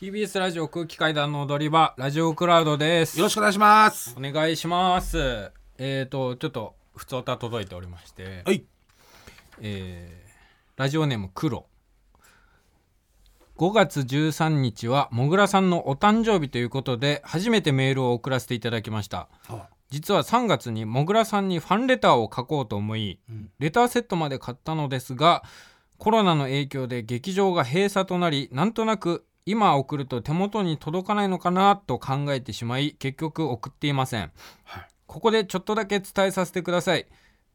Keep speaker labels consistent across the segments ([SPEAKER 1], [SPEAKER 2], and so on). [SPEAKER 1] TBS ラジオ空気階段の踊り場ラジオクラウドです
[SPEAKER 2] よろしくお願いします。
[SPEAKER 1] お願いしますえーとちょっと普通歌届いておりまして、
[SPEAKER 2] はい。
[SPEAKER 1] えーラジオネーム黒5月13日はもぐらさんのお誕生日ということで初めてメールを送らせていただきました実は3月にもぐらさんにファンレターを書こうと思い、
[SPEAKER 2] うん
[SPEAKER 1] レターセットまで買ったのですがコロナの影響で劇場が閉鎖となりなんとなく今送ると手元に届かないのかなと考えてしまい結局送っていません、
[SPEAKER 2] はい
[SPEAKER 1] ここでちょっとだけ伝えさせてください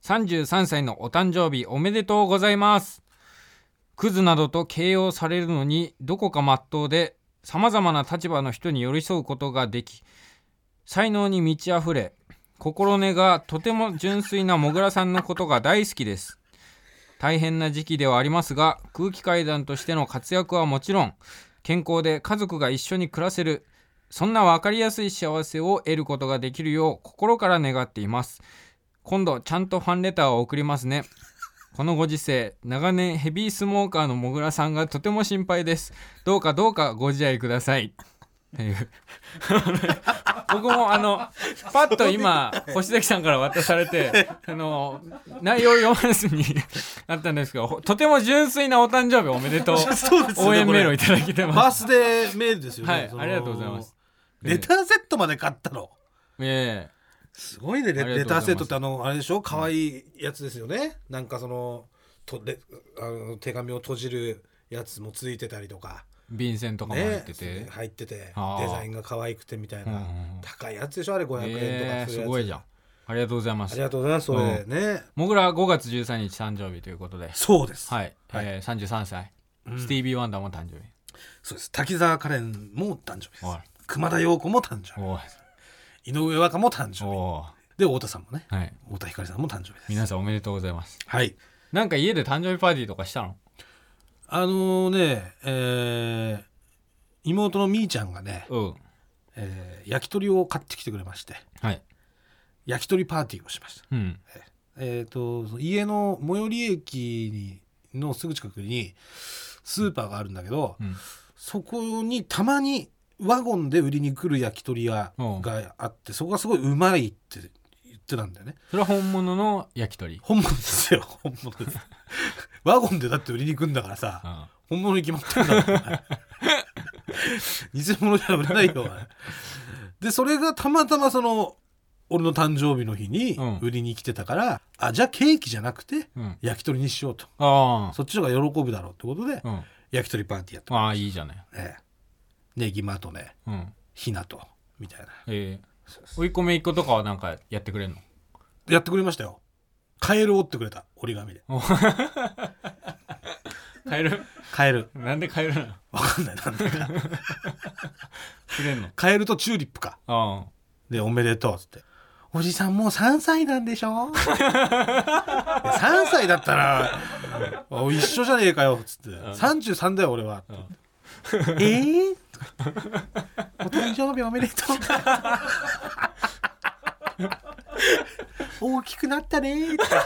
[SPEAKER 1] 33歳のお誕生日おめでとうございますクズなどと形容されるのにどこか真っ当で様々な立場の人に寄り添うことができ才能に満ち溢れ心根がとても純粋なもぐらさんのことが大好きです大変な時期ではありますが空気階段としての活躍はもちろん健康で家族が一緒に暮らせるそんな分かりやすい幸せを得ることができるよう心から願っています今度ちゃんとファンレターを送りますねこのご時世長年ヘビースモーカーのもぐらさんがとても心配ですどうかどうかご自愛くださいっていう僕もあのパッと今 星崎さんから渡され てあの内容読まずに なったんですけどとても純粋なお誕生日おめでと う
[SPEAKER 2] そうですね
[SPEAKER 1] 応援メールをいただきてます
[SPEAKER 2] バースデーメールですよね。
[SPEAKER 1] はい
[SPEAKER 2] その
[SPEAKER 1] ありがとうございます。
[SPEAKER 2] レターセットまで買ったの。
[SPEAKER 1] え
[SPEAKER 2] すごいね、レ
[SPEAKER 1] ありがとう
[SPEAKER 2] レ
[SPEAKER 1] ございま
[SPEAKER 2] ター
[SPEAKER 1] す
[SPEAKER 2] セットってあの、あれでしょ可愛いやつですよね。なんかその、とレあの手紙を閉じるやつもついてたりとか。
[SPEAKER 1] え便箋とかも入ってて、
[SPEAKER 2] ね入ってて、デ
[SPEAKER 1] あー
[SPEAKER 2] ザインが可愛くてみたい
[SPEAKER 1] うんうん
[SPEAKER 2] な。
[SPEAKER 1] うん
[SPEAKER 2] 高いやつでしょあれ500円と
[SPEAKER 1] えー
[SPEAKER 2] かするやつ。
[SPEAKER 1] すごいじゃんありがとうございま
[SPEAKER 2] あ
[SPEAKER 1] す
[SPEAKER 2] りがとうございます、それね。
[SPEAKER 1] もぐらは5月13日誕生日ということで
[SPEAKER 2] そうです。
[SPEAKER 1] はい、えー、33歳、
[SPEAKER 2] うん
[SPEAKER 1] スティービー・ワンダーも誕生日
[SPEAKER 2] そうです。滝沢カレンも誕生日です
[SPEAKER 1] おい。
[SPEAKER 2] 熊田曜子も誕生日。
[SPEAKER 1] お
[SPEAKER 2] 井上和香も誕
[SPEAKER 1] お
[SPEAKER 2] 生日。
[SPEAKER 1] お
[SPEAKER 2] で、太田さんもね。
[SPEAKER 1] ーはい
[SPEAKER 2] 太田光さんも誕生日です。
[SPEAKER 1] 皆さんおめでとうございます
[SPEAKER 2] はい。
[SPEAKER 1] なんか家で誕生日パーティーとかしたの
[SPEAKER 2] あのね、えー妹のみーちゃんがね、
[SPEAKER 1] うん
[SPEAKER 2] えー焼き鳥を買ってきてくれまして、
[SPEAKER 1] はい
[SPEAKER 2] 焼き鳥パーティーをしました。
[SPEAKER 1] うん
[SPEAKER 2] えっ、と、その家の最寄り駅にのすぐ近くにスーパーがあるんだけど、
[SPEAKER 1] うん
[SPEAKER 2] そこにたまにワゴンで売りに来る焼き鳥屋があって、そこがすごいうまいって言ってたんだよね。
[SPEAKER 1] それは本物の焼き鳥
[SPEAKER 2] 本物ですよ、 本物です。ワゴンでだって売りに来るんだからさ、
[SPEAKER 1] うん
[SPEAKER 2] 本物に決まってんだから偽物じゃ売れないよお前でそれがたまたまその俺の誕生日の日に
[SPEAKER 1] うん
[SPEAKER 2] 売りに来てたから、あじゃあケーキじゃなくて
[SPEAKER 1] うん
[SPEAKER 2] 焼き鳥にしようと
[SPEAKER 1] あ
[SPEAKER 2] そっちの方が喜ぶだろうってことで、
[SPEAKER 1] あうん
[SPEAKER 2] 焼き鳥パーティーやってま
[SPEAKER 1] ああいいじゃない
[SPEAKER 2] すねねぎまとね
[SPEAKER 1] うん
[SPEAKER 2] ひなとみたいな
[SPEAKER 1] えー、追い込め一個とかはなんかやってくれんの
[SPEAKER 2] やってくれましたよカエル折ってくれた折り紙で
[SPEAKER 1] 買える
[SPEAKER 2] カエル
[SPEAKER 1] なんで買えるの
[SPEAKER 2] わかんないなんだか
[SPEAKER 1] くれんの
[SPEAKER 2] カエルとチューリップか
[SPEAKER 1] あ
[SPEAKER 2] で、おめでとうっつって。おじさんもう3歳なんで しょ ?3 歳だったら、お一緒じゃねえかよっつって。33だよ俺は。えー、とか言ってお誕生日おめでとう。大きくなったねーとか。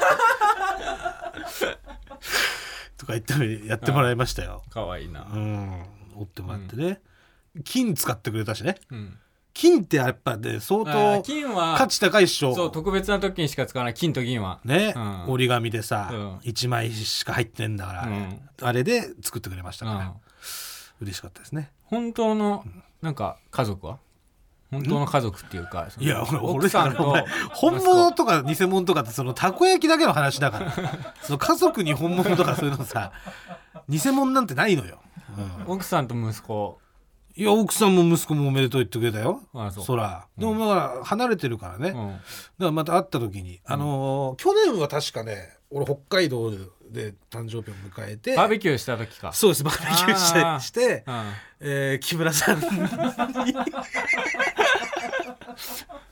[SPEAKER 2] とか言ってもやってもらいましたよ。
[SPEAKER 1] あかわいいな
[SPEAKER 2] うん。折ってもらってね。金使ってくれたしね。
[SPEAKER 1] うん
[SPEAKER 2] 金ってやっぱね相
[SPEAKER 1] あー
[SPEAKER 2] 当
[SPEAKER 1] 金は
[SPEAKER 2] 価値高いっしょ
[SPEAKER 1] そう特別な時にしか使わない金と銀は、
[SPEAKER 2] ね、
[SPEAKER 1] うん
[SPEAKER 2] 折り紙でさ、
[SPEAKER 1] うん
[SPEAKER 2] 一1枚しか入ってんだから、
[SPEAKER 1] うん
[SPEAKER 2] あれで作ってくれました
[SPEAKER 1] う
[SPEAKER 2] から、
[SPEAKER 1] ん、
[SPEAKER 2] 嬉しかったですね
[SPEAKER 1] 本当のなんか家族は本当の家族っていうかその
[SPEAKER 2] いや俺
[SPEAKER 1] 奥
[SPEAKER 2] 俺
[SPEAKER 1] さ
[SPEAKER 2] さ
[SPEAKER 1] んと
[SPEAKER 2] 本物とか偽物とかってそのたこ焼きだけの話だから その家族に本物とかそういうのさ偽物なんてないのよ、うん
[SPEAKER 1] 奥さんと息子
[SPEAKER 2] いや奥さんも息子もおめでとう言ってくれたよ
[SPEAKER 1] あそう
[SPEAKER 2] そらでもだから離れてるからね、
[SPEAKER 1] う
[SPEAKER 2] だか
[SPEAKER 1] ん
[SPEAKER 2] らまた会った時に、あのー去年は確かね俺北海道で誕生日を迎えて
[SPEAKER 1] バーベキューした時か、
[SPEAKER 2] そうですバーベキューした
[SPEAKER 1] あー
[SPEAKER 2] りして
[SPEAKER 1] う、ん、
[SPEAKER 2] えー木村さんに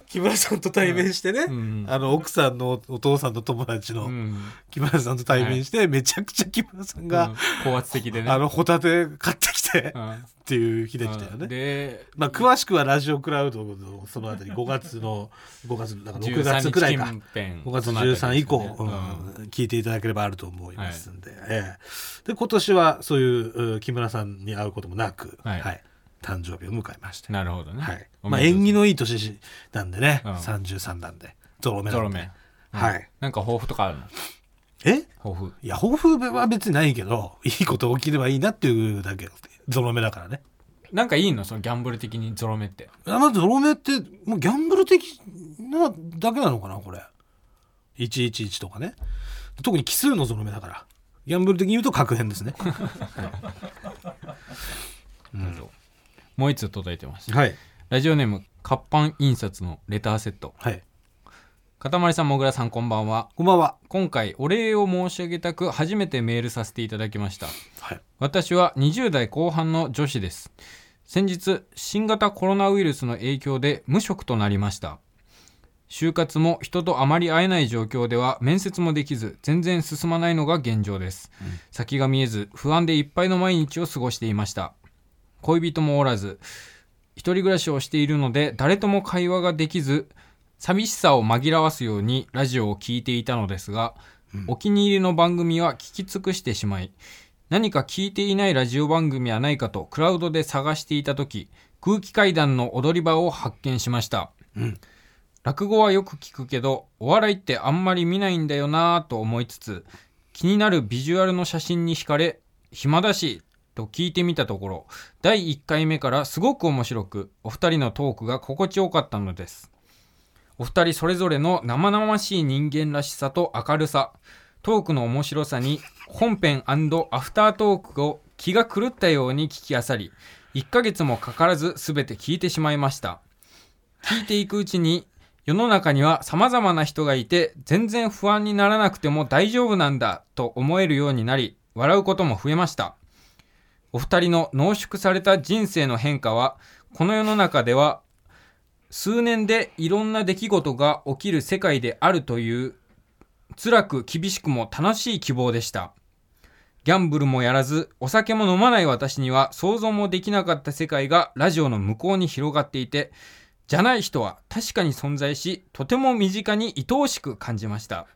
[SPEAKER 2] 木村さんと対面してね、
[SPEAKER 1] ん
[SPEAKER 2] あの奥さんのお父さんの友達の
[SPEAKER 1] うん
[SPEAKER 2] 木村さんと対面して、めちゃくちゃ木村さん
[SPEAKER 1] うん
[SPEAKER 2] が、
[SPEAKER 1] 高圧的でね
[SPEAKER 2] あのホタテ買ってきて、
[SPEAKER 1] う
[SPEAKER 2] っ
[SPEAKER 1] ん
[SPEAKER 2] ていう日で
[SPEAKER 1] う
[SPEAKER 2] したよ
[SPEAKER 1] ん
[SPEAKER 2] ね。
[SPEAKER 1] で
[SPEAKER 2] まあ、詳しくはラジオクラウドのそのあたり5月 の5月だから6
[SPEAKER 1] 13
[SPEAKER 2] 月くらい
[SPEAKER 1] 日
[SPEAKER 2] か
[SPEAKER 1] 近辺
[SPEAKER 2] 5月13以降、
[SPEAKER 1] そのあたりですよね
[SPEAKER 2] うん聞いていただければあると思いますんで,、ええで今年はそういうう木村さんに会うこともなく、
[SPEAKER 1] はい
[SPEAKER 2] 誕生日を迎えました、
[SPEAKER 1] なるほどね。
[SPEAKER 2] はい
[SPEAKER 1] お
[SPEAKER 2] ま
[SPEAKER 1] め
[SPEAKER 2] あ、
[SPEAKER 1] でとう
[SPEAKER 2] 縁起のいい年なんでね、
[SPEAKER 1] うん
[SPEAKER 2] 33なんでゾロ目
[SPEAKER 1] ゾ
[SPEAKER 2] な
[SPEAKER 1] ロ
[SPEAKER 2] んで
[SPEAKER 1] 目。
[SPEAKER 2] はい。
[SPEAKER 1] なんか抱負とかあるの
[SPEAKER 2] え
[SPEAKER 1] 抱負。
[SPEAKER 2] いや抱負は別にないけどいいこと起きればいいなっていうだけゾロ目だからね
[SPEAKER 1] なんかいいのそのギャンブル的にゾロ目って。
[SPEAKER 2] あまずゾロ目ってもうギャンブル的なだけなのかなこれ111とかね特に奇数のゾロ目だからギャンブル的に言うと確変ですね
[SPEAKER 1] もう一つ届いてます。
[SPEAKER 2] はい
[SPEAKER 1] ラジオネーム、活版印刷のレターセット。
[SPEAKER 2] はい
[SPEAKER 1] かたまりさん、もぐらさん、こんばんは。
[SPEAKER 2] こんばんは
[SPEAKER 1] 今回、お礼を申し上げたく、初めてメールさせていただきました。
[SPEAKER 2] はい
[SPEAKER 1] 私は20代後半の女子です先日新型コロナウイルスの影響で無職となりました就活も人とあまり会えない状況では面接もできず全然進まないのが現状です、先が見えず不安でいっぱいの毎日を過ごしていました恋人もおらず一人暮らしをしているので誰とも会話ができず寂しさを紛らわすようにラジオを聞いていたのですが、お気に入りの番組は聞き尽くしてしまい何か聞いていないラジオ番組はないかとクラウドで探していた時空気階段の踊り場を発見しました、
[SPEAKER 2] うん
[SPEAKER 1] 落語はよく聞くけどお笑いってあんまり見ないんだよなぁと思いつつ気になるビジュアルの写真に惹かれ暇だしと聞いてみたところ第1回目からすごく面白くお二人のトークが心地よかったのですお二人それぞれの生々しい人間らしさと明るさトークの面白さに本編アフタートークを気が狂ったように聞きあさり1ヶ月もかからず全て聞いてしまいました聞いていくうちに世の中には様々な人がいて全然不安にならなくても大丈夫なんだと思えるようになり笑うことも増えましたお二人の濃縮された人生の変化はこの世の中では数年でいろんな出来事が起きる世界であるという辛く厳しくも楽しい希望でしたギャンブルもやらずお酒も飲まない私には想像もできなかった世界がラジオの向こうに広がっていてじゃない人は確かに存在しとても身近に愛おしく感じました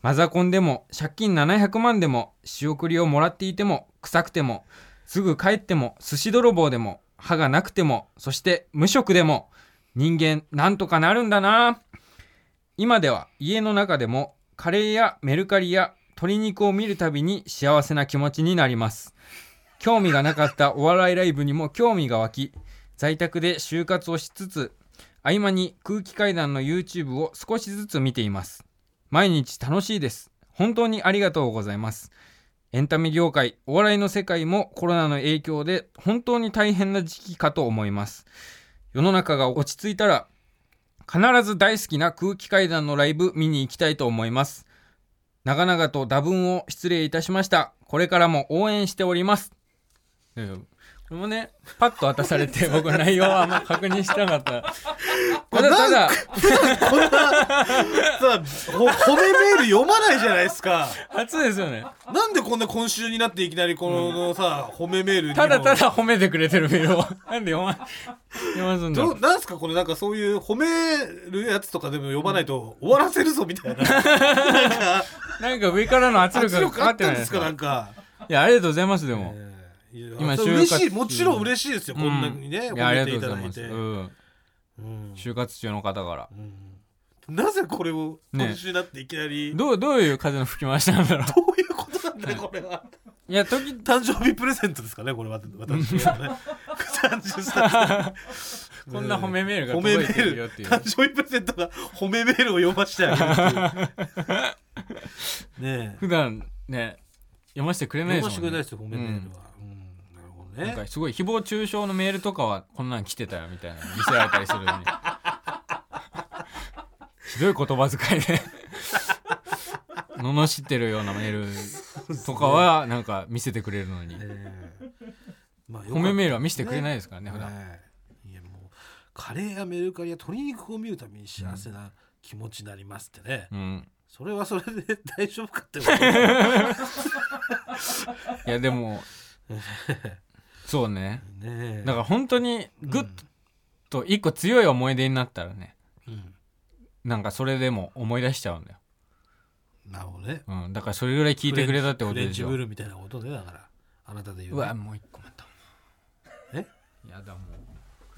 [SPEAKER 1] マザコンでも借金700万でも仕送りをもらっていても臭くてもすぐ帰っても寿司泥棒でも歯がなくてもそして無職でも人間なんとかなるんだな今では家の中でもカレーやメルカリや鶏肉を見るたびに幸せな気持ちになります興味がなかったお笑いライブにも興味が湧き在宅で就活をしつつ合間に空気階段の YouTube を少しずつ見ています毎日楽しいです本当にありがとうございますエンタメ業界お笑いの世界もコロナの影響で本当に大変な時期かと思います世の中が落ち着いたら必ず大好きな空気階段のライブ見に行きたいと思います長々と打分を失礼いたしましたこれからも応援しておりますこれもねパッと渡されて僕は内容はあんま確認してなかったただただ
[SPEAKER 2] こんなさほ褒めメール読まないじゃないですか
[SPEAKER 1] 初ですよね
[SPEAKER 2] なんでこんな今週になっていきなりこのさ、褒めメールにも
[SPEAKER 1] ただただ褒めてくれてるメールを なんで読ま読まずんだろ
[SPEAKER 2] ど
[SPEAKER 1] う
[SPEAKER 2] なんすかこれなんかそういう褒めるやつとかでも呼ばないと終わらせるぞ みたいななんか
[SPEAKER 1] なんか上からの圧力
[SPEAKER 2] 圧
[SPEAKER 1] がか
[SPEAKER 2] 力
[SPEAKER 1] か
[SPEAKER 2] あ
[SPEAKER 1] っ
[SPEAKER 2] って
[SPEAKER 1] な
[SPEAKER 2] た
[SPEAKER 1] い
[SPEAKER 2] ん
[SPEAKER 1] で
[SPEAKER 2] ですす
[SPEAKER 1] か
[SPEAKER 2] かなんか
[SPEAKER 1] いやありがとうございますでも、今
[SPEAKER 2] 今
[SPEAKER 1] 就活
[SPEAKER 2] 嬉しいもちろん嬉しいですよ
[SPEAKER 1] うん
[SPEAKER 2] こんなにね
[SPEAKER 1] いやあ
[SPEAKER 2] 褒
[SPEAKER 1] り
[SPEAKER 2] め
[SPEAKER 1] が
[SPEAKER 2] て
[SPEAKER 1] とうござ
[SPEAKER 2] いただ
[SPEAKER 1] い
[SPEAKER 2] い
[SPEAKER 1] ます、
[SPEAKER 2] て
[SPEAKER 1] うん、
[SPEAKER 2] うん
[SPEAKER 1] 就活中の方から
[SPEAKER 2] うんなぜこれを
[SPEAKER 1] ね
[SPEAKER 2] 今週になっていきなり
[SPEAKER 1] ど
[SPEAKER 2] ど
[SPEAKER 1] うどういう風の 吹き回しなんだろう
[SPEAKER 2] ういうことなんだこれはい
[SPEAKER 1] や時
[SPEAKER 2] 誕生日プレゼントですかねこれは私のね30歳
[SPEAKER 1] こんな褒めメールが
[SPEAKER 2] 褒め
[SPEAKER 1] 届
[SPEAKER 2] メ
[SPEAKER 1] いてるよ
[SPEAKER 2] ー
[SPEAKER 1] ってい
[SPEAKER 2] ル
[SPEAKER 1] う
[SPEAKER 2] 誕生日プレゼントが褒めメールを読ましてあげるっていうねえ
[SPEAKER 1] 普段ね読ませてくれない
[SPEAKER 2] 読
[SPEAKER 1] で
[SPEAKER 2] まし
[SPEAKER 1] す
[SPEAKER 2] てく
[SPEAKER 1] も
[SPEAKER 2] れ
[SPEAKER 1] ん
[SPEAKER 2] ない
[SPEAKER 1] ね
[SPEAKER 2] ですよ褒めメールは、うんなるほど
[SPEAKER 1] なん
[SPEAKER 2] ね
[SPEAKER 1] かすごい誹謗中傷のメールとかはこんなん来てたよみたいなの見せられたりする のにひどい言葉遣いで罵ってるようなメールとかはなんか見せてくれるのに
[SPEAKER 2] ええまあよか
[SPEAKER 1] 褒
[SPEAKER 2] っ
[SPEAKER 1] め
[SPEAKER 2] た
[SPEAKER 1] メールは見せてくれないですからね普段
[SPEAKER 2] ねえいやもうカレーやメルカリや鶏肉を見るたびに幸せな気持ちになりますってね、
[SPEAKER 1] うん
[SPEAKER 2] それはそれで大丈夫か って思う
[SPEAKER 1] いやでもそうね
[SPEAKER 2] ねえ
[SPEAKER 1] だから本当にグッ
[SPEAKER 2] う
[SPEAKER 1] と一個強い思い出になったらね
[SPEAKER 2] んうん
[SPEAKER 1] なんかそれでも思い出しちゃうんだよ、
[SPEAKER 2] なるほどね
[SPEAKER 1] うん、だからそれぐらい聞いてくれたってことでしょ
[SPEAKER 2] フレンチブルーみたいなことねだからあなたで言う
[SPEAKER 1] う
[SPEAKER 2] ね
[SPEAKER 1] わもう一個また
[SPEAKER 2] え
[SPEAKER 1] やだも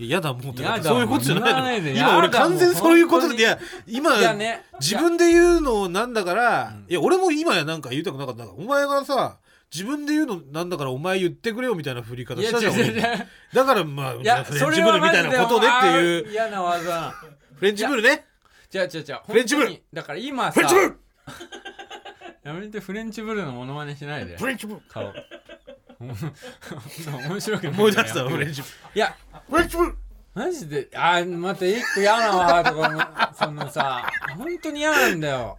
[SPEAKER 2] いややだもうって
[SPEAKER 1] やだ
[SPEAKER 2] そういうことじゃない
[SPEAKER 1] もう言わない
[SPEAKER 2] の
[SPEAKER 1] で
[SPEAKER 2] 今俺
[SPEAKER 1] やだもう
[SPEAKER 2] 完全にそういうことでいや今
[SPEAKER 1] ういやね
[SPEAKER 2] 自分で言うのなんだから、
[SPEAKER 1] うん
[SPEAKER 2] いや俺も今やなんか言いたくなかったなんかお前がさ自分で言うのなんだからお前言ってくれよみたいな振り方
[SPEAKER 1] いや
[SPEAKER 2] したじゃん
[SPEAKER 1] 違う違う
[SPEAKER 2] 俺
[SPEAKER 1] 違う
[SPEAKER 2] だからまあ
[SPEAKER 1] いや
[SPEAKER 2] フレ
[SPEAKER 1] そ
[SPEAKER 2] ン
[SPEAKER 1] れ
[SPEAKER 2] チブ
[SPEAKER 1] は
[SPEAKER 2] ルみたいなことでって
[SPEAKER 1] マジ
[SPEAKER 2] いう
[SPEAKER 1] で嫌な技
[SPEAKER 2] フレンチブルね
[SPEAKER 1] じゃあじゃあじゃあ
[SPEAKER 2] フレンチブル
[SPEAKER 1] 本当にだから今さ
[SPEAKER 2] フレンチブル
[SPEAKER 1] やめてフレンチブルのモノマネしないで
[SPEAKER 2] フレンチブル
[SPEAKER 1] 顔面白くない
[SPEAKER 2] 思い出したわフレンチブル
[SPEAKER 1] いや
[SPEAKER 2] フレンチブル
[SPEAKER 1] マジであーまた一個嫌なわとかもそのさ本当に嫌なんだよ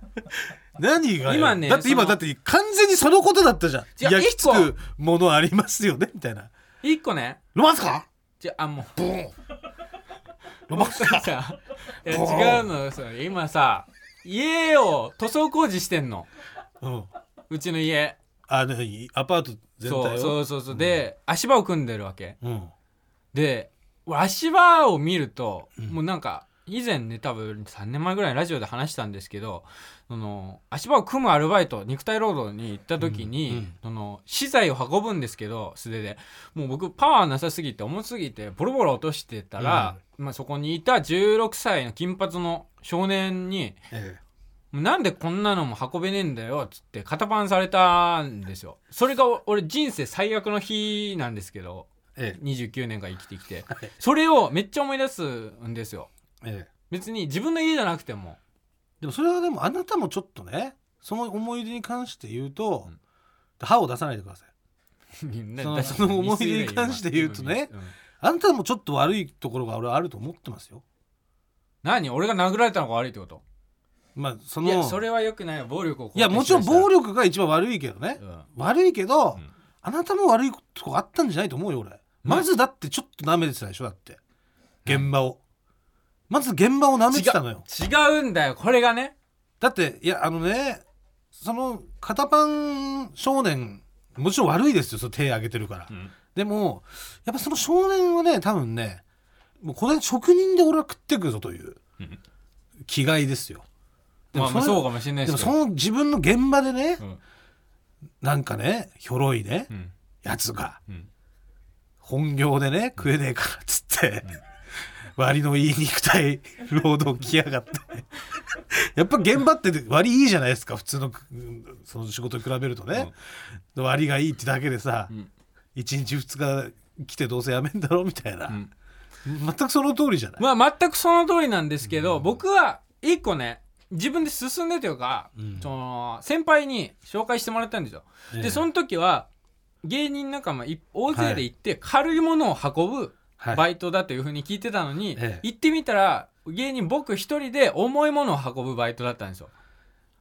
[SPEAKER 2] 何がよ
[SPEAKER 1] 今ね
[SPEAKER 2] だって今
[SPEAKER 1] その
[SPEAKER 2] だって完全にそのことだったじゃん
[SPEAKER 1] じゃあ
[SPEAKER 2] 焼き付くものありますよねみたいな
[SPEAKER 1] 一個ね
[SPEAKER 2] ロマンスか
[SPEAKER 1] じゃあもう
[SPEAKER 2] ボーンロマンスか
[SPEAKER 1] さいや違うのよそれ今さ家を塗装工事してんの
[SPEAKER 2] うん
[SPEAKER 1] うちの家
[SPEAKER 2] あ何アパート全体
[SPEAKER 1] そ
[SPEAKER 2] を
[SPEAKER 1] うそうそうそうで、足場を組んでるわけ
[SPEAKER 2] うん
[SPEAKER 1] で俺足場を見ると、
[SPEAKER 2] うん
[SPEAKER 1] もうなんか以前ね多分3年前ぐらいにラジオで話したんですけどその足場を組むアルバイト肉体労働に行った時に、
[SPEAKER 2] うんうん
[SPEAKER 1] その資材を運ぶんですけど素手でもう僕パワーなさすぎて重すぎてボロボロ落としてたら、まあ、そこにいた16歳の金髪の少年に
[SPEAKER 2] え
[SPEAKER 1] 「なんでこんなのも運べねえんだよ」っつって肩パンされたんですよ。それが俺人生最悪の日なんですけど
[SPEAKER 2] え
[SPEAKER 1] 29年間生きてきて
[SPEAKER 2] はい
[SPEAKER 1] それをめっちゃ思い出すんですよ
[SPEAKER 2] ええ
[SPEAKER 1] 別に自分の家じゃなくても
[SPEAKER 2] でもそれはでもあなたもちょっとねその思い出に関して言うと、
[SPEAKER 1] うん
[SPEAKER 2] 歯を出さないでください
[SPEAKER 1] みんな
[SPEAKER 2] その
[SPEAKER 1] 出してる
[SPEAKER 2] その思い出に関して言うとね
[SPEAKER 1] うん
[SPEAKER 2] あなたもちょっと悪いところが俺はあると思ってますよ
[SPEAKER 1] 何俺が殴られたのが悪いってこと
[SPEAKER 2] まあそ
[SPEAKER 1] い
[SPEAKER 2] の
[SPEAKER 1] やそれはよくないよ暴力を
[SPEAKER 2] いやもちろん暴
[SPEAKER 1] 力、
[SPEAKER 2] 力が一番悪いけどね、
[SPEAKER 1] うん
[SPEAKER 2] 悪いけど、
[SPEAKER 1] うん
[SPEAKER 2] あなたも悪いとこあったんじゃないと思うよ俺まずだってちょっと舐めてたでしょだって現場を、まず現場を舐めてたのよ
[SPEAKER 1] 違うんだよこれがね
[SPEAKER 2] だっていやあのねその肩パン少年もちろん悪いですよその手挙げてるから、でもやっぱその少年はね多分ねもうこれ職人で俺は食ってくぞという
[SPEAKER 1] うん
[SPEAKER 2] 気概ですよで
[SPEAKER 1] ま
[SPEAKER 2] も
[SPEAKER 1] あまあ
[SPEAKER 2] それ
[SPEAKER 1] そうかもしれない
[SPEAKER 2] で
[SPEAKER 1] で
[SPEAKER 2] も
[SPEAKER 1] す
[SPEAKER 2] そ
[SPEAKER 1] けど
[SPEAKER 2] の自分の現場でね、
[SPEAKER 1] うん
[SPEAKER 2] なんかねひょろいね、
[SPEAKER 1] うん
[SPEAKER 2] やつが
[SPEAKER 1] うん
[SPEAKER 2] 本業でね食えねえからっつって、割のいい肉体労働来やがってやっぱ現場って割いいじゃないですか普通のうんその仕事に比べるとね、割がいいってだけでさ、
[SPEAKER 1] うん
[SPEAKER 2] 1日2日来てどうせやめんだろみたいな、
[SPEAKER 1] うん
[SPEAKER 2] 全くその通りじゃない、
[SPEAKER 1] まあ全くその通りなんですけど、僕は一個ね自分で進んでというか、
[SPEAKER 2] うん
[SPEAKER 1] その先輩に紹介してもらったんですよ
[SPEAKER 2] ええ
[SPEAKER 1] でその時は芸人仲間い大勢で行って軽いものを運ぶ
[SPEAKER 2] はい
[SPEAKER 1] バイトだというふうに聞いてたのに、
[SPEAKER 2] ええ
[SPEAKER 1] 行ってみたら芸人僕一人で重いものを運ぶバイトだったんですよ。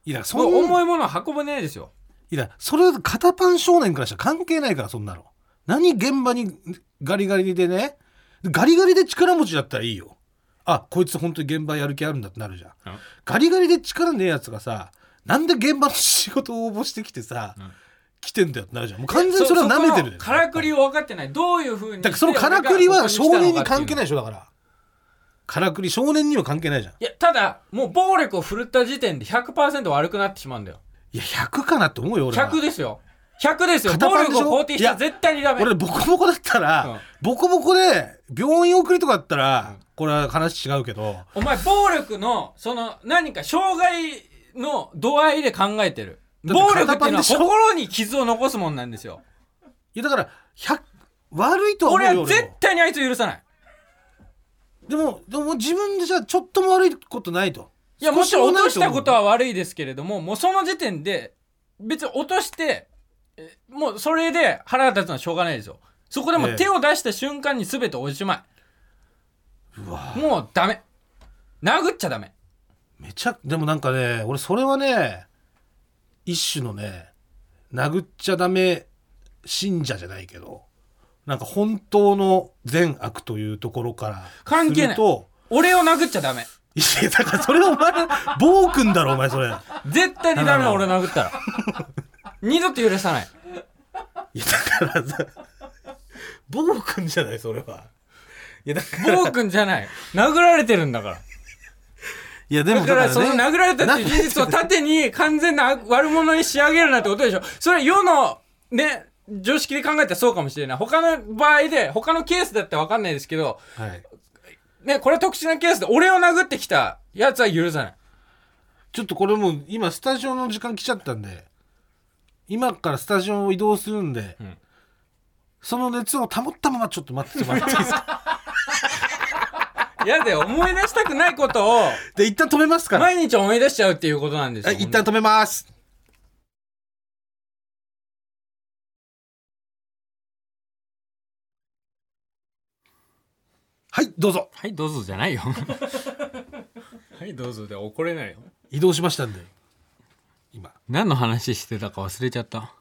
[SPEAKER 2] いやそ
[SPEAKER 1] もう
[SPEAKER 2] う
[SPEAKER 1] 重いものを運べないですよ。
[SPEAKER 2] いやそれ肩パン少年からしたら関係ないからそんなの何現場にガリガリでねガリガリで力持ちだったらいいよあこいつ本当に現場やる気あるんだってなるじゃん
[SPEAKER 1] うん
[SPEAKER 2] ガリガリで力ねえやつがさなんで現場の仕事を応募してきてさ、
[SPEAKER 1] うん
[SPEAKER 2] 来てんだよってなるじゃんもう完全にそれは舐めてる
[SPEAKER 1] そそこの
[SPEAKER 2] ね
[SPEAKER 1] からくりを分かってないどういうふうに
[SPEAKER 2] だからそのからくりは少年に関係ない
[SPEAKER 1] い
[SPEAKER 2] でしょだからからくり少年には関係ないじゃん
[SPEAKER 1] いやただもう暴力を振るった時点で100%悪くなってしまうんだよ
[SPEAKER 2] いや100かなって思うよ俺は
[SPEAKER 1] 100ですよ100ですよ
[SPEAKER 2] 片
[SPEAKER 1] 暴
[SPEAKER 2] パンで
[SPEAKER 1] 力
[SPEAKER 2] しょ
[SPEAKER 1] を肯定し
[SPEAKER 2] い
[SPEAKER 1] たら
[SPEAKER 2] や
[SPEAKER 1] 絶対にダメ
[SPEAKER 2] 俺ボコボコだったら、
[SPEAKER 1] うん
[SPEAKER 2] ボコボコで病院送りとかだったら、
[SPEAKER 1] うん
[SPEAKER 2] これは話違うけど
[SPEAKER 1] お前暴力のその何か障害の度合いで考えてる
[SPEAKER 2] だって
[SPEAKER 1] 暴力っていうのは
[SPEAKER 2] 片パンでしょ
[SPEAKER 1] 心に傷を残すもんなんですよ
[SPEAKER 2] いやだから100悪いとは思う
[SPEAKER 1] 俺
[SPEAKER 2] よ
[SPEAKER 1] は絶対にあいつを許さない
[SPEAKER 2] 俺もでもでも自分でじゃあちょっとも悪いことないと
[SPEAKER 1] いやもちろん落としたこと
[SPEAKER 2] は
[SPEAKER 1] は悪いですけれどももうその時点で別に落としてえもうそれで腹が立つのはしょうがないですよそこでも
[SPEAKER 2] え
[SPEAKER 1] う
[SPEAKER 2] え
[SPEAKER 1] 手を出した瞬間に全ておしま
[SPEAKER 2] うわ
[SPEAKER 1] いもうダメ殴っちゃダメ
[SPEAKER 2] めちゃでもなんかね俺それはね一種のね殴っちゃダメ信者じゃないけどなんか本当の善悪というところから
[SPEAKER 1] 関係ない
[SPEAKER 2] すると
[SPEAKER 1] 俺を殴っちゃダメ
[SPEAKER 2] いやだからそれお前暴君だろお前それ。
[SPEAKER 1] 絶対にダメだ
[SPEAKER 2] なるほ
[SPEAKER 1] 俺
[SPEAKER 2] ど
[SPEAKER 1] 殴ったら二度と許さない
[SPEAKER 2] いやだからさ暴君じゃないそれはいやだから
[SPEAKER 1] ボー君じゃない殴られてるんだから
[SPEAKER 2] いやでも
[SPEAKER 1] だからその
[SPEAKER 2] ね
[SPEAKER 1] 殴られたっていう事実を盾に完全な悪者に仕上げるなってことでしょそれ世のね常識で考えたらそうかもしれない他の場合で他のケースだって分かんないですけど、
[SPEAKER 2] はい。
[SPEAKER 1] ね、これは特殊なケースで俺を殴ってきたやつは許さない
[SPEAKER 2] ちょっとこれもう今スタジオの時間来ちゃったんで、今からスタジオを移動するんで、
[SPEAKER 1] ん
[SPEAKER 2] その熱を保ったままちょっと待ってもらっていい ですか
[SPEAKER 1] やで思い出したくないこと を
[SPEAKER 2] で、一旦止めますから。はい、
[SPEAKER 1] 毎日思い出しちゃうっていうことなんですよ
[SPEAKER 2] 一旦止めます。はい、どうぞ。
[SPEAKER 1] はいどうぞじゃないよはいどうぞで怒れないよ
[SPEAKER 2] 移動しましたんで。今、
[SPEAKER 1] 何の話してたか忘れちゃった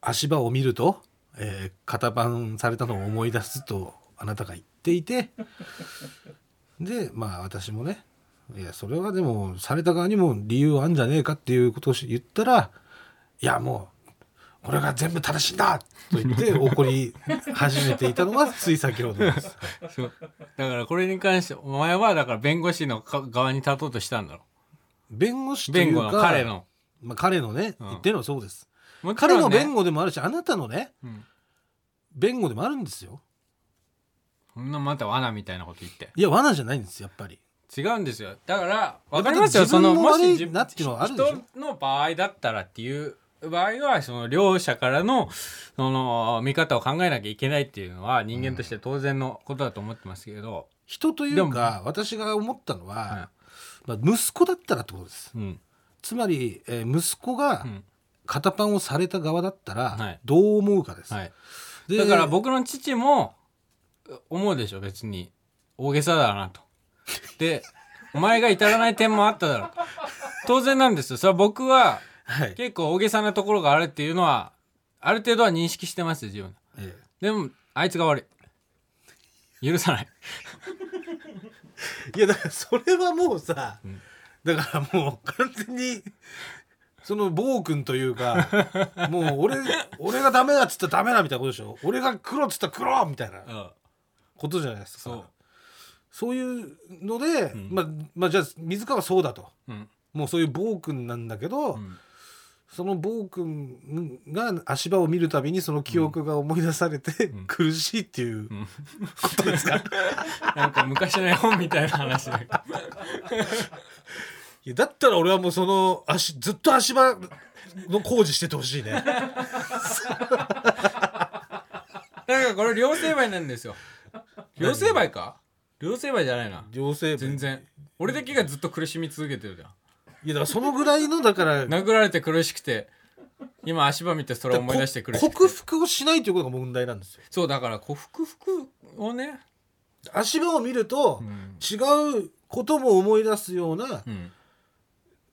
[SPEAKER 2] 足場を見ると、えー、型番されたのを思い出すとあなたが言っていて でまあ私もねいやそれはでもされた側にも理由あんじゃねえかっていうことをし言ったらいやもう俺が全部正しいんだと言 って怒り始めていたのがつい先ほど です。
[SPEAKER 1] そうだからこれに関してお前はだから弁護士のか側に立とうとしたんだろ
[SPEAKER 2] 弁護士とい
[SPEAKER 1] 弁
[SPEAKER 2] う
[SPEAKER 1] 護
[SPEAKER 2] か
[SPEAKER 1] の彼の
[SPEAKER 2] まあ、彼のね、
[SPEAKER 1] うん
[SPEAKER 2] 言ってるのはそうです。
[SPEAKER 1] もち
[SPEAKER 2] 彼
[SPEAKER 1] ろ
[SPEAKER 2] の
[SPEAKER 1] んね
[SPEAKER 2] 弁護でもあるしあなたのね
[SPEAKER 1] うん
[SPEAKER 2] 弁護でもあるんですよ。
[SPEAKER 1] そんなまた罠みたいなこと言って
[SPEAKER 2] いや罠じゃないんですやっぱり。
[SPEAKER 1] 違うんですよだから分かりますよ
[SPEAKER 2] 自
[SPEAKER 1] そ
[SPEAKER 2] 分の
[SPEAKER 1] のもし
[SPEAKER 2] 悪い
[SPEAKER 1] 自分
[SPEAKER 2] なっていうのはあるでしょ
[SPEAKER 1] 人の場合だったらっていう場合はその両者からのその見方を考えなきゃいけないっていうのは人間として当然のことだと思ってますけど、
[SPEAKER 2] 人とい
[SPEAKER 1] で
[SPEAKER 2] う
[SPEAKER 1] も
[SPEAKER 2] か私が思ったのは、まあ、息子だったらってことです
[SPEAKER 1] うん
[SPEAKER 2] つまり、えー息子が
[SPEAKER 1] うん
[SPEAKER 2] 肩パンをされた側だったら、
[SPEAKER 1] はい
[SPEAKER 2] どう思うかです、
[SPEAKER 1] はい、
[SPEAKER 2] で
[SPEAKER 1] だから僕の父も思うでしょ別に大げさだなと。でお前が至らない点もあっただろうと当然なんですよそれは僕は
[SPEAKER 2] はい、
[SPEAKER 1] 結構大げさなところがあるっていうのはある程度は認識してますよ自分
[SPEAKER 2] え
[SPEAKER 1] でもあいつが悪い許さない
[SPEAKER 2] ーいやだからそれはもうさ、
[SPEAKER 1] ん
[SPEAKER 2] だからもう完全にその暴君という かもう俺俺がダメだっつったらダメだみたいなことでしょ俺が黒っつったら黒みたいな
[SPEAKER 1] うん
[SPEAKER 2] ことじゃないですか
[SPEAKER 1] そう
[SPEAKER 2] そういうので、
[SPEAKER 1] ん
[SPEAKER 2] まあまあじゃあ水川はそうだと
[SPEAKER 1] うん
[SPEAKER 2] もうそういう暴君なんだけど、
[SPEAKER 1] ん
[SPEAKER 2] その暴君が足場を見るたびにその記憶が思い出されて、
[SPEAKER 1] ん
[SPEAKER 2] 苦しいっていう
[SPEAKER 1] うん
[SPEAKER 2] ことですかい
[SPEAKER 1] なんか昔の絵本みたいな話だけど
[SPEAKER 2] やだったら俺はもうその足ずっと足場の工事しててほし いね
[SPEAKER 1] だからこれ両成敗なんですよ両成敗か両成敗じゃないな
[SPEAKER 2] 両生
[SPEAKER 1] 全然俺だけがずっと苦しみ続けてるじゃん
[SPEAKER 2] いやだからそのぐらいのだか ら
[SPEAKER 1] 殴られて苦しくて今足場見てそれを思い出して苦し
[SPEAKER 2] 克
[SPEAKER 1] くて
[SPEAKER 2] 服をしないということが問題なんですよ
[SPEAKER 1] そうだから克服をね
[SPEAKER 2] 足場を見る
[SPEAKER 1] う
[SPEAKER 2] と
[SPEAKER 1] ん、
[SPEAKER 2] 違うことも思い出すような
[SPEAKER 1] うん、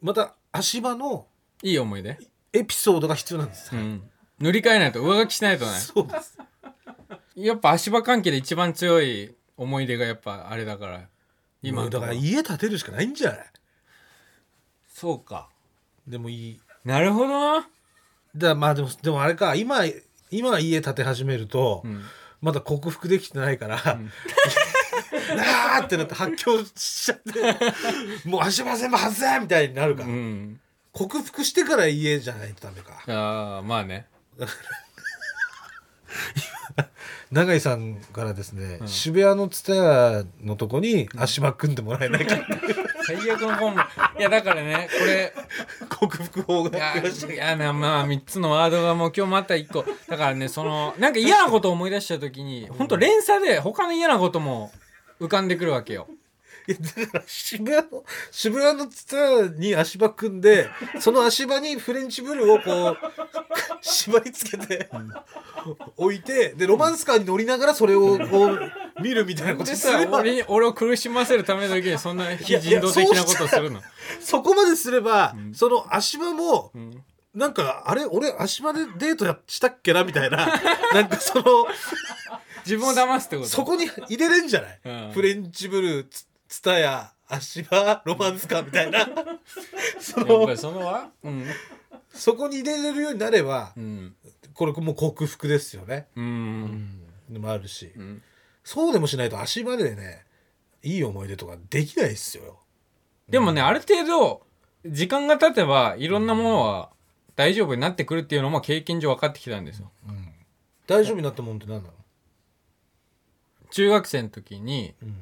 [SPEAKER 2] また足場の
[SPEAKER 1] いい思い出、
[SPEAKER 2] エピソードが必要なんです
[SPEAKER 1] う
[SPEAKER 2] よ、
[SPEAKER 1] ん、塗り替えないと上書きしないとね
[SPEAKER 2] そうです
[SPEAKER 1] やっぱ足場関係で一番強い思い出がやっぱあれだから今
[SPEAKER 2] 今
[SPEAKER 1] の
[SPEAKER 2] だ
[SPEAKER 1] と
[SPEAKER 2] か
[SPEAKER 1] こ
[SPEAKER 2] ら
[SPEAKER 1] ろ
[SPEAKER 2] 家建てるしかないんじゃない
[SPEAKER 1] そうか
[SPEAKER 2] でもいい
[SPEAKER 1] なるほどな、
[SPEAKER 2] だまあでもでもあれか今今家建て始めると、
[SPEAKER 1] うん、
[SPEAKER 2] まだ克服できてないから、 なあってなって発狂しちゃってもう足場全部外せみたいになるから、
[SPEAKER 1] うん、
[SPEAKER 2] 克服してから家じゃないとダメか
[SPEAKER 1] あーまあね
[SPEAKER 2] 永井さんからですね、渋谷の蔦屋のとこに足場組んでもらえない かって、
[SPEAKER 1] 最悪のコンボいやだからねこれ
[SPEAKER 2] 克服法
[SPEAKER 1] い
[SPEAKER 2] が
[SPEAKER 1] やいやなまあ3つのワードがもう今日また1個だからねそのなんか嫌なことを思い出した時に本当連鎖で他の嫌なことも浮かんでくるわけよ
[SPEAKER 2] いやだから渋谷の渋谷の蔦屋に足場組んでその足場にフレンチブルをこう 縛り付けて置いてでロマンスカーに乗りながらそれをこう見るみたいなこと
[SPEAKER 1] ですさ
[SPEAKER 2] れば
[SPEAKER 1] 俺に俺を苦しませるためだけにそんな非人道的なことをするの
[SPEAKER 2] そこまですればその足場も
[SPEAKER 1] ん
[SPEAKER 2] なんかあれ俺足場でデートやしたっけなみたいな なんかその
[SPEAKER 1] 自分を騙すってこと
[SPEAKER 2] そこに入れれんじゃない、
[SPEAKER 1] うん
[SPEAKER 2] フレンチブルつ蔦屋足場ロマンスカーみたいなそ
[SPEAKER 1] やっぱ
[SPEAKER 2] の
[SPEAKER 1] りそのはうん
[SPEAKER 2] そこに入れれるようになれば
[SPEAKER 1] うん
[SPEAKER 2] これもう克服ですよね、
[SPEAKER 1] うん
[SPEAKER 2] でもあるし、
[SPEAKER 1] ん
[SPEAKER 2] そうでもしないと足場でねいい思い出とかできないっすよ
[SPEAKER 1] でもねある程度時間が経てばいろんなものは大丈夫になってくるっていうのも経験上分かってきたんですよ
[SPEAKER 2] うん大丈夫になったもんって何なの、
[SPEAKER 1] 中学生の時に
[SPEAKER 2] うん、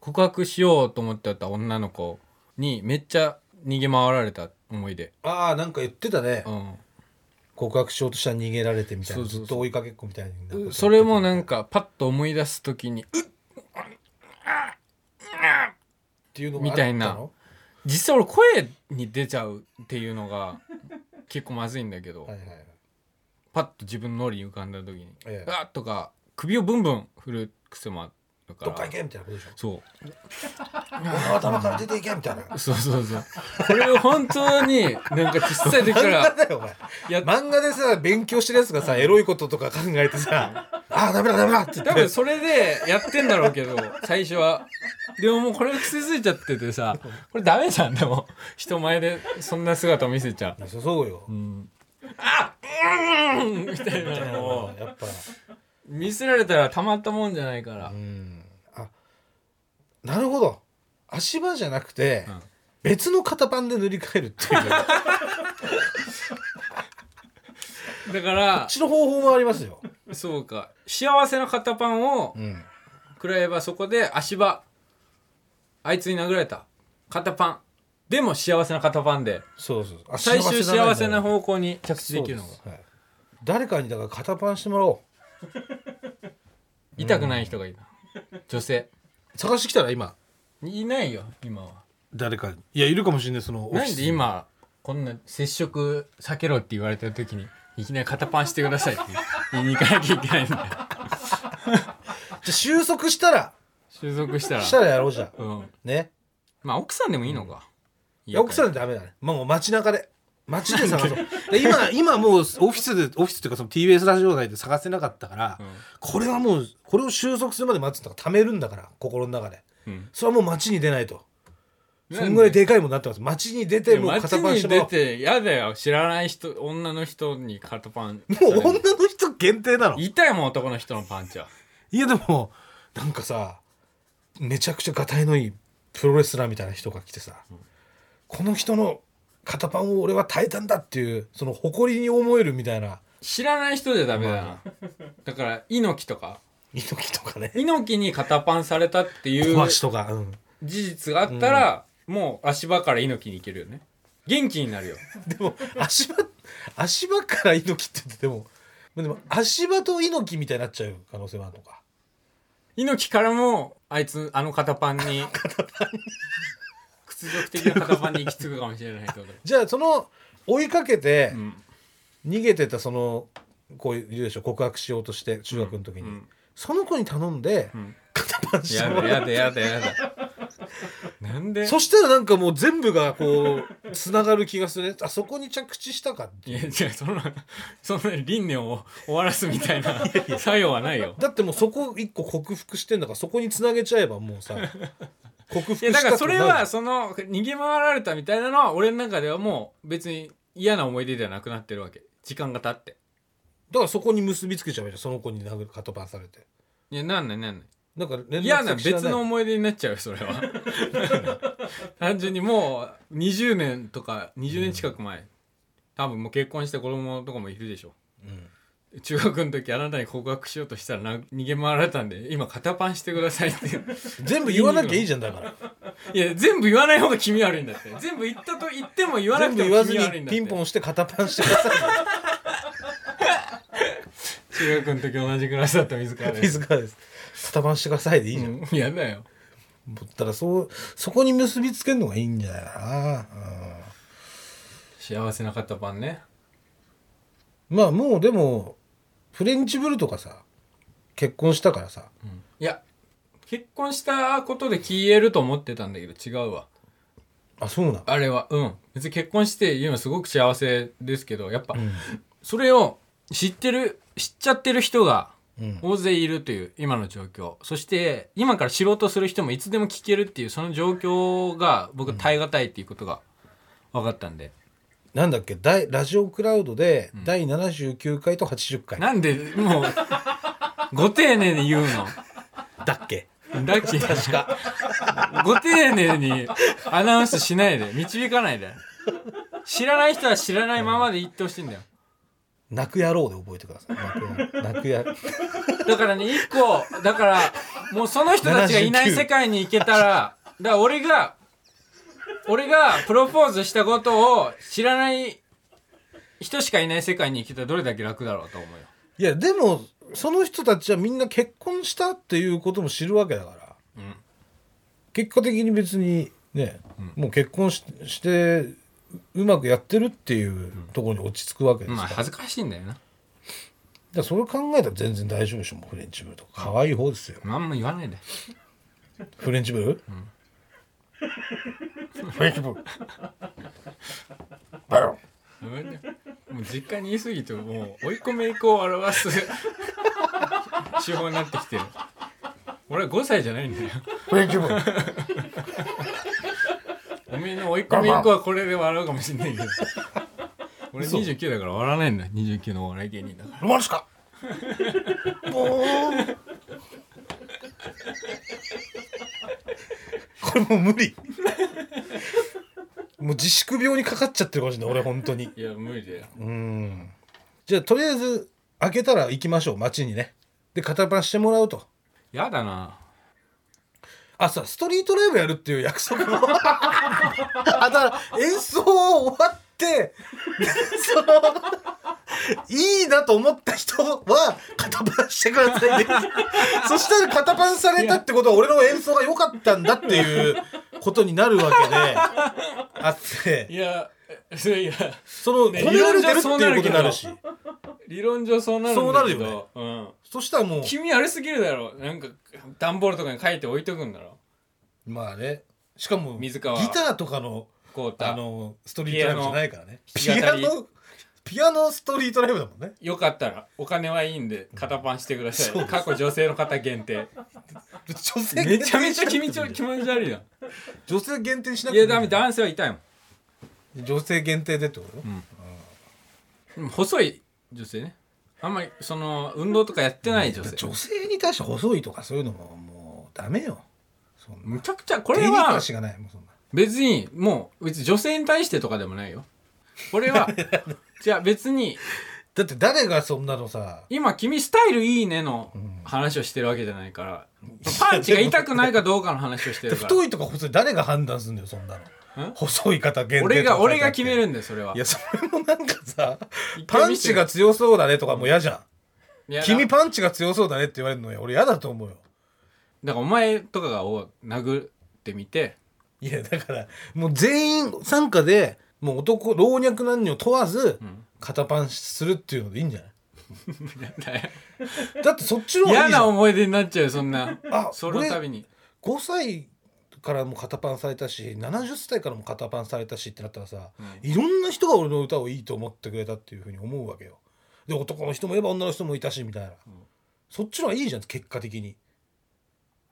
[SPEAKER 1] 告白しようと思ってた女の子にめっちゃ逃げ回られた思い出
[SPEAKER 2] ああなんか言ってたね
[SPEAKER 1] うん
[SPEAKER 2] 告白しようとしたら逃げられてみたいな
[SPEAKER 1] そうそうそう
[SPEAKER 2] ずっと追いかけっこみたいなこと
[SPEAKER 1] それもなんかパッと思い出す時にうっ
[SPEAKER 2] っていうのがあっ
[SPEAKER 1] みたいな
[SPEAKER 2] の
[SPEAKER 1] 実際俺声に出ちゃうっていうのが結構まずいんだけど、
[SPEAKER 2] はいはいはい
[SPEAKER 1] パッと自分の脳裏に浮かんだ時に「
[SPEAKER 2] ええ
[SPEAKER 1] あっ!」とか首をブンブン振る癖もあるか
[SPEAKER 2] どっから行けみたいなことでしょ
[SPEAKER 1] そう
[SPEAKER 2] 頭から出ていけみたいな
[SPEAKER 1] そうそうそうこれを本当になんか小さい時か
[SPEAKER 2] 漫画
[SPEAKER 1] ら
[SPEAKER 2] だよお前
[SPEAKER 1] やっ
[SPEAKER 2] 漫画でさ勉強してるやつがさエロいこととか考えてさ「あーダメだダメだ」って言
[SPEAKER 1] 多
[SPEAKER 2] って
[SPEAKER 1] 分それでやってんだろうけど最初はでももうこれ癖づいちゃっててさこれダメじゃんでも人前でそんな姿を見せちゃ
[SPEAKER 2] いやそうよ
[SPEAKER 1] う、うん、あっうんみたいなの を
[SPEAKER 2] やっぱ
[SPEAKER 1] 見せられたらたまったもんじゃないから
[SPEAKER 2] う、んあなるほど足場じゃなくて、
[SPEAKER 1] うん
[SPEAKER 2] 別の型番で塗り替えるっていう こ
[SPEAKER 1] だから
[SPEAKER 2] っちの方法もありますよ、
[SPEAKER 1] そうか幸せな型パンを
[SPEAKER 2] うん、
[SPEAKER 1] 食らえばそこで足場あいつに殴られた型パンでも幸せな型パンで
[SPEAKER 2] そうそうあ
[SPEAKER 1] 最終
[SPEAKER 2] だ
[SPEAKER 1] 幸せな方向に着地
[SPEAKER 2] そう
[SPEAKER 1] で
[SPEAKER 2] で
[SPEAKER 1] きる
[SPEAKER 2] きる
[SPEAKER 1] の
[SPEAKER 2] の
[SPEAKER 1] が
[SPEAKER 2] はい、誰かにだから型番してもらおう
[SPEAKER 1] 痛くない人がいいな女性
[SPEAKER 2] 探してきたら今
[SPEAKER 1] いないよ今は
[SPEAKER 2] 誰かいやいるかもしれないその
[SPEAKER 1] なんで今こんな接触避けろって言われた時にいきなり肩パンしてくださいって言いに行かなきゃいけないんだよ
[SPEAKER 2] じゃ収束したら
[SPEAKER 1] 収束したら
[SPEAKER 2] したらやろうじゃん
[SPEAKER 1] うん
[SPEAKER 2] ね
[SPEAKER 1] まあ奥さんでもいいのか、
[SPEAKER 2] いや奥さんダメだねもう街中で街で探そうで今今もうオフィスでオフィスっていうかその TBS ラジオ内で探せなかったから、
[SPEAKER 1] うん
[SPEAKER 2] これはもうこれを収束するまで待つんだから貯めるんだから心の中で
[SPEAKER 1] うん
[SPEAKER 2] それはもう街に出ないと
[SPEAKER 1] なん
[SPEAKER 2] そ
[SPEAKER 1] で
[SPEAKER 2] んぐらいでかいもんなってます街に出てもう
[SPEAKER 1] 街
[SPEAKER 2] 肩パンして
[SPEAKER 1] に
[SPEAKER 2] もら
[SPEAKER 1] 出
[SPEAKER 2] おう
[SPEAKER 1] てやだよ知らない人女の人に肩パン
[SPEAKER 2] もう女の人限定なのい
[SPEAKER 1] 痛いもん男の人のパンチは
[SPEAKER 2] やでもなんかさめちゃくちゃがたいのいいプロレスラーみたいな人が来てさ、この人の肩パンを俺は耐えたんだっていうその誇りに思えるみたいな
[SPEAKER 1] 知らない人じゃダメだ なだから猪木とか
[SPEAKER 2] 猪木とかね
[SPEAKER 1] 猪木に肩パンされたっていう
[SPEAKER 2] 小橋とか、うん、
[SPEAKER 1] 事実があったら、もう足場から猪木に行けるよね元気になるよ
[SPEAKER 2] でも足場足場から猪木って言ってでもでも足場と猪木みたいになっちゃう可能性もあるのか
[SPEAKER 1] 猪木からもあいつあの 肩パンに屈辱的な肩パンに行き着くかもしれない ってこと
[SPEAKER 2] じゃあその追いかけて
[SPEAKER 1] うん
[SPEAKER 2] 逃げてたそのこういうでしょ告白しようとして中学の時に、
[SPEAKER 1] うん
[SPEAKER 2] その子に頼んで
[SPEAKER 1] うん
[SPEAKER 2] 肩パンして
[SPEAKER 1] や
[SPEAKER 2] も
[SPEAKER 1] だや
[SPEAKER 2] らう
[SPEAKER 1] だやだやだなんで
[SPEAKER 2] そしたらなんかもう全部がこうつながる気がするねあそこに着地したかって
[SPEAKER 1] い
[SPEAKER 2] いう
[SPEAKER 1] や違うそのそんな輪廻を終わらすみたいな作用はないよ
[SPEAKER 2] だってもうそこ一個克服してんだからそこにつなげちゃえば もうさ克服
[SPEAKER 1] い
[SPEAKER 2] し
[SPEAKER 1] や
[SPEAKER 2] た
[SPEAKER 1] だからそれは
[SPEAKER 2] と
[SPEAKER 1] その逃げ回られたみたいなのは俺の中ではもう別に嫌な思い出ではなくなってるわけ時間が経って
[SPEAKER 2] だからそこに結びつけちゃうじゃんその子に殴る肩パンされて
[SPEAKER 1] いやなんないなんない
[SPEAKER 2] なんか連絡
[SPEAKER 1] 嫌な
[SPEAKER 2] 先知ら
[SPEAKER 1] 別の思い出になっちゃうよそれ は単純にもう20年とか20年近く前、多分もう結婚して子供とかもいるでしょ
[SPEAKER 2] うん
[SPEAKER 1] 中学の時あなたに告白しようとしたらな逃げ回られたんで今肩パンしてくださいって
[SPEAKER 2] 全部言わなきゃいいじゃんだから
[SPEAKER 1] いや全部言わない方が気味悪いんだって全部言ったと言っても言わな
[SPEAKER 2] 全
[SPEAKER 1] く
[SPEAKER 2] 部
[SPEAKER 1] て
[SPEAKER 2] 言
[SPEAKER 1] も
[SPEAKER 2] わ
[SPEAKER 1] 気
[SPEAKER 2] ず
[SPEAKER 1] 味悪いん
[SPEAKER 2] に
[SPEAKER 1] だって
[SPEAKER 2] ピンポンして肩パンしてくださ
[SPEAKER 1] 中学の時同じクラスだった水川
[SPEAKER 2] い
[SPEAKER 1] です
[SPEAKER 2] 自らです肩パンしてくださいでいいじゃん、
[SPEAKER 1] うんやだよ
[SPEAKER 2] だったらそうそこに結びつけるのがいいんじゃないかな、
[SPEAKER 1] 幸せな肩パンね
[SPEAKER 2] うんまあもうでもフレンチブルとかさ結婚したからさ
[SPEAKER 1] いや結婚したことで消えると思ってたんだけど違うわ
[SPEAKER 2] あそうなの
[SPEAKER 1] あれはうん別に結婚して今すごく幸せですけどやっぱ、
[SPEAKER 2] うん
[SPEAKER 1] それを知ってる知っちゃってる人が
[SPEAKER 2] うん
[SPEAKER 1] 大勢いるという今の状況そして今から知ろうとする人もいつでも聞けるっていうその状況が僕耐え難いっていうことが分かったんで、
[SPEAKER 2] なんだっけ第ラジオクラウドで第79回と80回、
[SPEAKER 1] なんでもうご丁寧に言うの
[SPEAKER 2] だっけ
[SPEAKER 1] だっけ確かご丁寧にアナウンスしないで導かないで知らない人は知らないままで言ってほしいんだよ
[SPEAKER 2] 泣く野郎で覚えてください泣くや泣く
[SPEAKER 1] だからね一個だからもうその人たちがいない
[SPEAKER 2] 79
[SPEAKER 1] 世界に行けたらだから俺が俺がプロポーズしたことを知らない人しかいない世界に行けたらどれだけ楽だろうと思うよ
[SPEAKER 2] やいやでもその人たちはみんな結婚したっていうことも知るわけだから、
[SPEAKER 1] ん
[SPEAKER 2] 結果的に別にね、もう結婚ししてうまくやってるっていうところに落ち着くわけです
[SPEAKER 1] まあ
[SPEAKER 2] から,、
[SPEAKER 1] 恥ずかしいんだよな
[SPEAKER 2] らそれ考えたら全然大丈夫でしょもうフレンチブルとか可愛い方ですよ
[SPEAKER 1] 何も言わないで
[SPEAKER 2] フレンチブル、フレンチブルバロン
[SPEAKER 1] もう実家に言い過ぎてもう追い込め以降を表す手法になってきてる俺は5歳じゃないんだよ
[SPEAKER 2] フレンチブル
[SPEAKER 1] おめえの追い込み以降はこれで笑うかもしん ないけど俺29だから笑わないんだ29のお笑い芸人だから
[SPEAKER 2] ロマンスかボ ーンこれもう無理もう自粛病にかかっちゃってるかもしれない俺本当に
[SPEAKER 1] いや無理だよ
[SPEAKER 2] うんじゃあとりあえず開けたら行きましょう街にねで片パンしてもらうと
[SPEAKER 1] やだな
[SPEAKER 2] あさストリートライブやるっていう約束もあだから演奏終わってそのいいなと思った人は肩パンしてくださいねそしたら肩パンされたってことは俺の演奏が良かったんだっていうことになるわけであって
[SPEAKER 1] いやそれいや
[SPEAKER 2] その褒
[SPEAKER 1] ね
[SPEAKER 2] められてるっていうことになるし
[SPEAKER 1] 理論上そうなるんだけど
[SPEAKER 2] そうなるよ
[SPEAKER 1] うん、
[SPEAKER 2] そしたらもう
[SPEAKER 1] 君あれすぎるだろなんか段ボールとかに書いて置いとくんだろ
[SPEAKER 2] まあねしかもギ
[SPEAKER 1] 水
[SPEAKER 2] タ
[SPEAKER 1] 川
[SPEAKER 2] ーとかの
[SPEAKER 1] こう
[SPEAKER 2] あ
[SPEAKER 1] た
[SPEAKER 2] のストリートライブじゃないからね
[SPEAKER 1] ピア
[SPEAKER 2] ピ
[SPEAKER 1] ノ
[SPEAKER 2] ア
[SPEAKER 1] 弾き語
[SPEAKER 2] ノピアノストリートライブだもんね
[SPEAKER 1] よかったらお金はいいんで肩パンしてくださ
[SPEAKER 2] そう
[SPEAKER 1] い
[SPEAKER 2] です
[SPEAKER 1] 過去女性の方限定
[SPEAKER 2] 女性限定
[SPEAKER 1] めちゃめちゃ君ちょ気持ち悪いな
[SPEAKER 2] 女性限定しないくて
[SPEAKER 1] や
[SPEAKER 2] も
[SPEAKER 1] ダメ男性はいたいもん
[SPEAKER 2] 女性限定でってこと、
[SPEAKER 1] うん細い女性ねあんまりその運動とかやってない女性
[SPEAKER 2] 女性に対して細いとかそういうのももうダメよそんな
[SPEAKER 1] むちゃくちゃこ
[SPEAKER 2] こ
[SPEAKER 1] れは
[SPEAKER 2] しがないもうそんな
[SPEAKER 1] 別にもう別に女性に対してとかでもないよこれ はじゃあ別に
[SPEAKER 2] だって誰がそんなのさ
[SPEAKER 1] 今君スタイルいいねの話をしてるわけじゃないから、パンチが痛くないかどうかの話をしてるから
[SPEAKER 2] 太いとか細い誰が判断するんだよそんなの
[SPEAKER 1] ん
[SPEAKER 2] 細い方限定とか
[SPEAKER 1] 俺が俺が決め
[SPEAKER 2] る
[SPEAKER 1] るんだよそれはい
[SPEAKER 2] やそれもなんかさ
[SPEAKER 1] 一
[SPEAKER 2] パ
[SPEAKER 1] 回
[SPEAKER 2] ン
[SPEAKER 1] 見せ
[SPEAKER 2] チ
[SPEAKER 1] て
[SPEAKER 2] が強そうだねとかもう嫌じゃん
[SPEAKER 1] いや
[SPEAKER 2] 君
[SPEAKER 1] だ
[SPEAKER 2] パンチが強そうだねって言われるのよ俺嫌だと思うよ
[SPEAKER 1] だからお前とかがを殴ってみて
[SPEAKER 2] いやだからもう全員参加でもう男老若男女問わず
[SPEAKER 1] ん
[SPEAKER 2] 肩パンするっていうのでいいんじゃ ない、
[SPEAKER 1] だよ
[SPEAKER 2] だってそっちの方が
[SPEAKER 1] 嫌
[SPEAKER 2] いいじゃ
[SPEAKER 1] なん思い出になっちゃうよそん な
[SPEAKER 2] あ
[SPEAKER 1] その度に
[SPEAKER 2] 5歳からも肩パンされたし70歳からも肩パンされたしってなったらさ、いろんな人が俺の歌をいいと思ってくれたっていうふうに思うわけよで男の人もいれば女の人もいたしみたいな、そっちの方がいいじゃん結果的に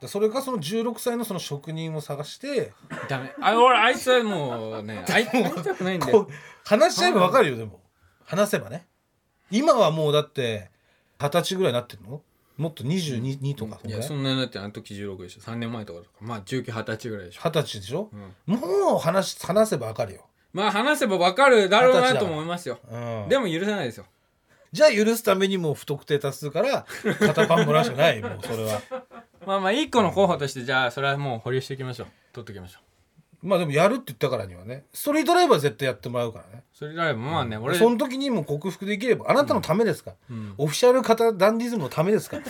[SPEAKER 2] だそれかその16歳のその職人を探して
[SPEAKER 1] ダメあ俺あいつはもうねあいつ会いたくないんだ
[SPEAKER 2] こ
[SPEAKER 1] よ
[SPEAKER 2] う話し合えばわかるよでも話せばね今はもうだって二十歳ぐらいになってるのもっと22、2とかそん
[SPEAKER 1] い
[SPEAKER 2] ぐら
[SPEAKER 1] や
[SPEAKER 2] い
[SPEAKER 1] そんなになってあの時16でしょ3年前とかとかまあ1920歳ぐらいでしょ
[SPEAKER 2] 二十歳でしょ、もう話し話せばわかるよ、
[SPEAKER 1] まあ話せば分かるだろうなと思いますよ
[SPEAKER 2] うん、
[SPEAKER 1] でも許せないですよ
[SPEAKER 2] じゃあ許すためにもう不特定多数から肩パンもらうしかないもうそれは
[SPEAKER 1] まあまあ一個の候補としてじゃあそれはもう保留していきましょう取っておきましょう
[SPEAKER 2] まあでもやるって言ったからにはねストリートライブは絶対やってもらうからね
[SPEAKER 1] それならばまあね俺
[SPEAKER 2] その時にもう克服できればあなたのためですから、
[SPEAKER 1] ん
[SPEAKER 2] オフィシャル肩ダンディズムのためですから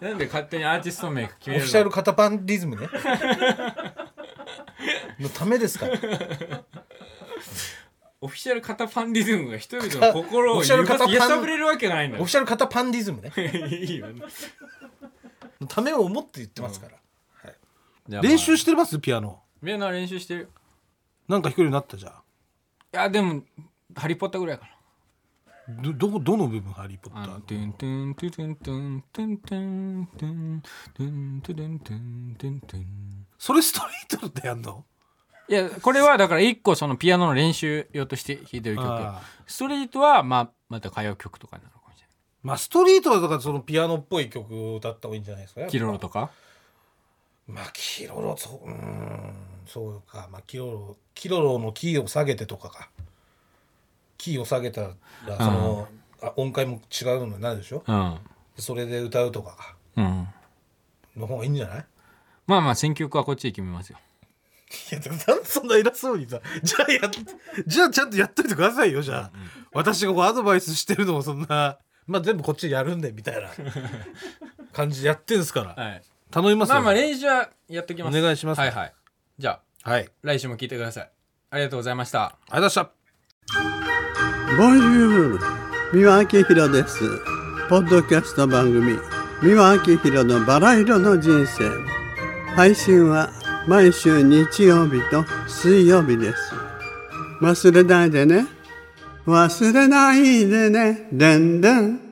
[SPEAKER 2] オ
[SPEAKER 1] なんで勝手にアーティスト名決め
[SPEAKER 2] フィ
[SPEAKER 1] る
[SPEAKER 2] シャル
[SPEAKER 1] の
[SPEAKER 2] 肩パンディズムねのため ですから
[SPEAKER 1] オフィシャル肩パンディズムが人々の心
[SPEAKER 2] オ
[SPEAKER 1] を揺
[SPEAKER 2] フィシャル
[SPEAKER 1] さ
[SPEAKER 2] 肩パン
[SPEAKER 1] 揺さぶれるわけがないんだ
[SPEAKER 2] オフ
[SPEAKER 1] よ
[SPEAKER 2] ィシャル肩パンディズムね
[SPEAKER 1] いいよね
[SPEAKER 2] のためを思って言ってますから、
[SPEAKER 1] じゃあまあ
[SPEAKER 2] 練習してますピアノ
[SPEAKER 1] みんな練習してるよ
[SPEAKER 2] なんか弾けるようになったじゃん
[SPEAKER 1] いやでも「ハリー・ポッター」ぐらいかな
[SPEAKER 2] どどこどの部分ハリー・ポッタ
[SPEAKER 1] あ
[SPEAKER 2] ーの
[SPEAKER 1] の、トゥントゥントゥトゥントゥントゥントゥントゥントゥントゥントゥントゥントゥン
[SPEAKER 2] それストリートでやんの
[SPEAKER 1] いや、これはだから一個そのピアノの練習用として弾いてる曲
[SPEAKER 2] あ。
[SPEAKER 1] ストリートは、まあ、また歌謡曲とかになるかもしれな
[SPEAKER 2] まあ、ストリートはだからそのピアノっぽい曲を歌った方がいいんじゃないですか
[SPEAKER 1] い。キロロとか。
[SPEAKER 2] まあキロロそううーんそうかまあキロロキロロのキーを下げてとかかキーを下げたらその、あ音階も違うのになるでしょ
[SPEAKER 1] うん
[SPEAKER 2] それで歌うとか
[SPEAKER 1] うん
[SPEAKER 2] の方がいいんじゃない
[SPEAKER 1] まあまあ選曲はこっちで決めますよ
[SPEAKER 2] いやでもなんでそんな偉そうにさじゃあやっじゃあちゃんとやっといてくださいよじゃあ、私がこうアドバイスしてるのもそんなまあ全部こっちでやるんでみたい な感じでやってんすから、
[SPEAKER 1] はい
[SPEAKER 2] 頼みますよ
[SPEAKER 1] まあまあ練習はやっときます
[SPEAKER 2] お願いします
[SPEAKER 1] はいはいじゃあ
[SPEAKER 2] はいありがとう
[SPEAKER 1] 来週も聞いてくださいありがとうございました
[SPEAKER 2] ございました
[SPEAKER 3] ボンジュール三輪明宏ですポッドキャスト番組三輪明宏のバラ色の人生配信は毎週日曜日と水曜日です忘れないでね忘れないでねでんでん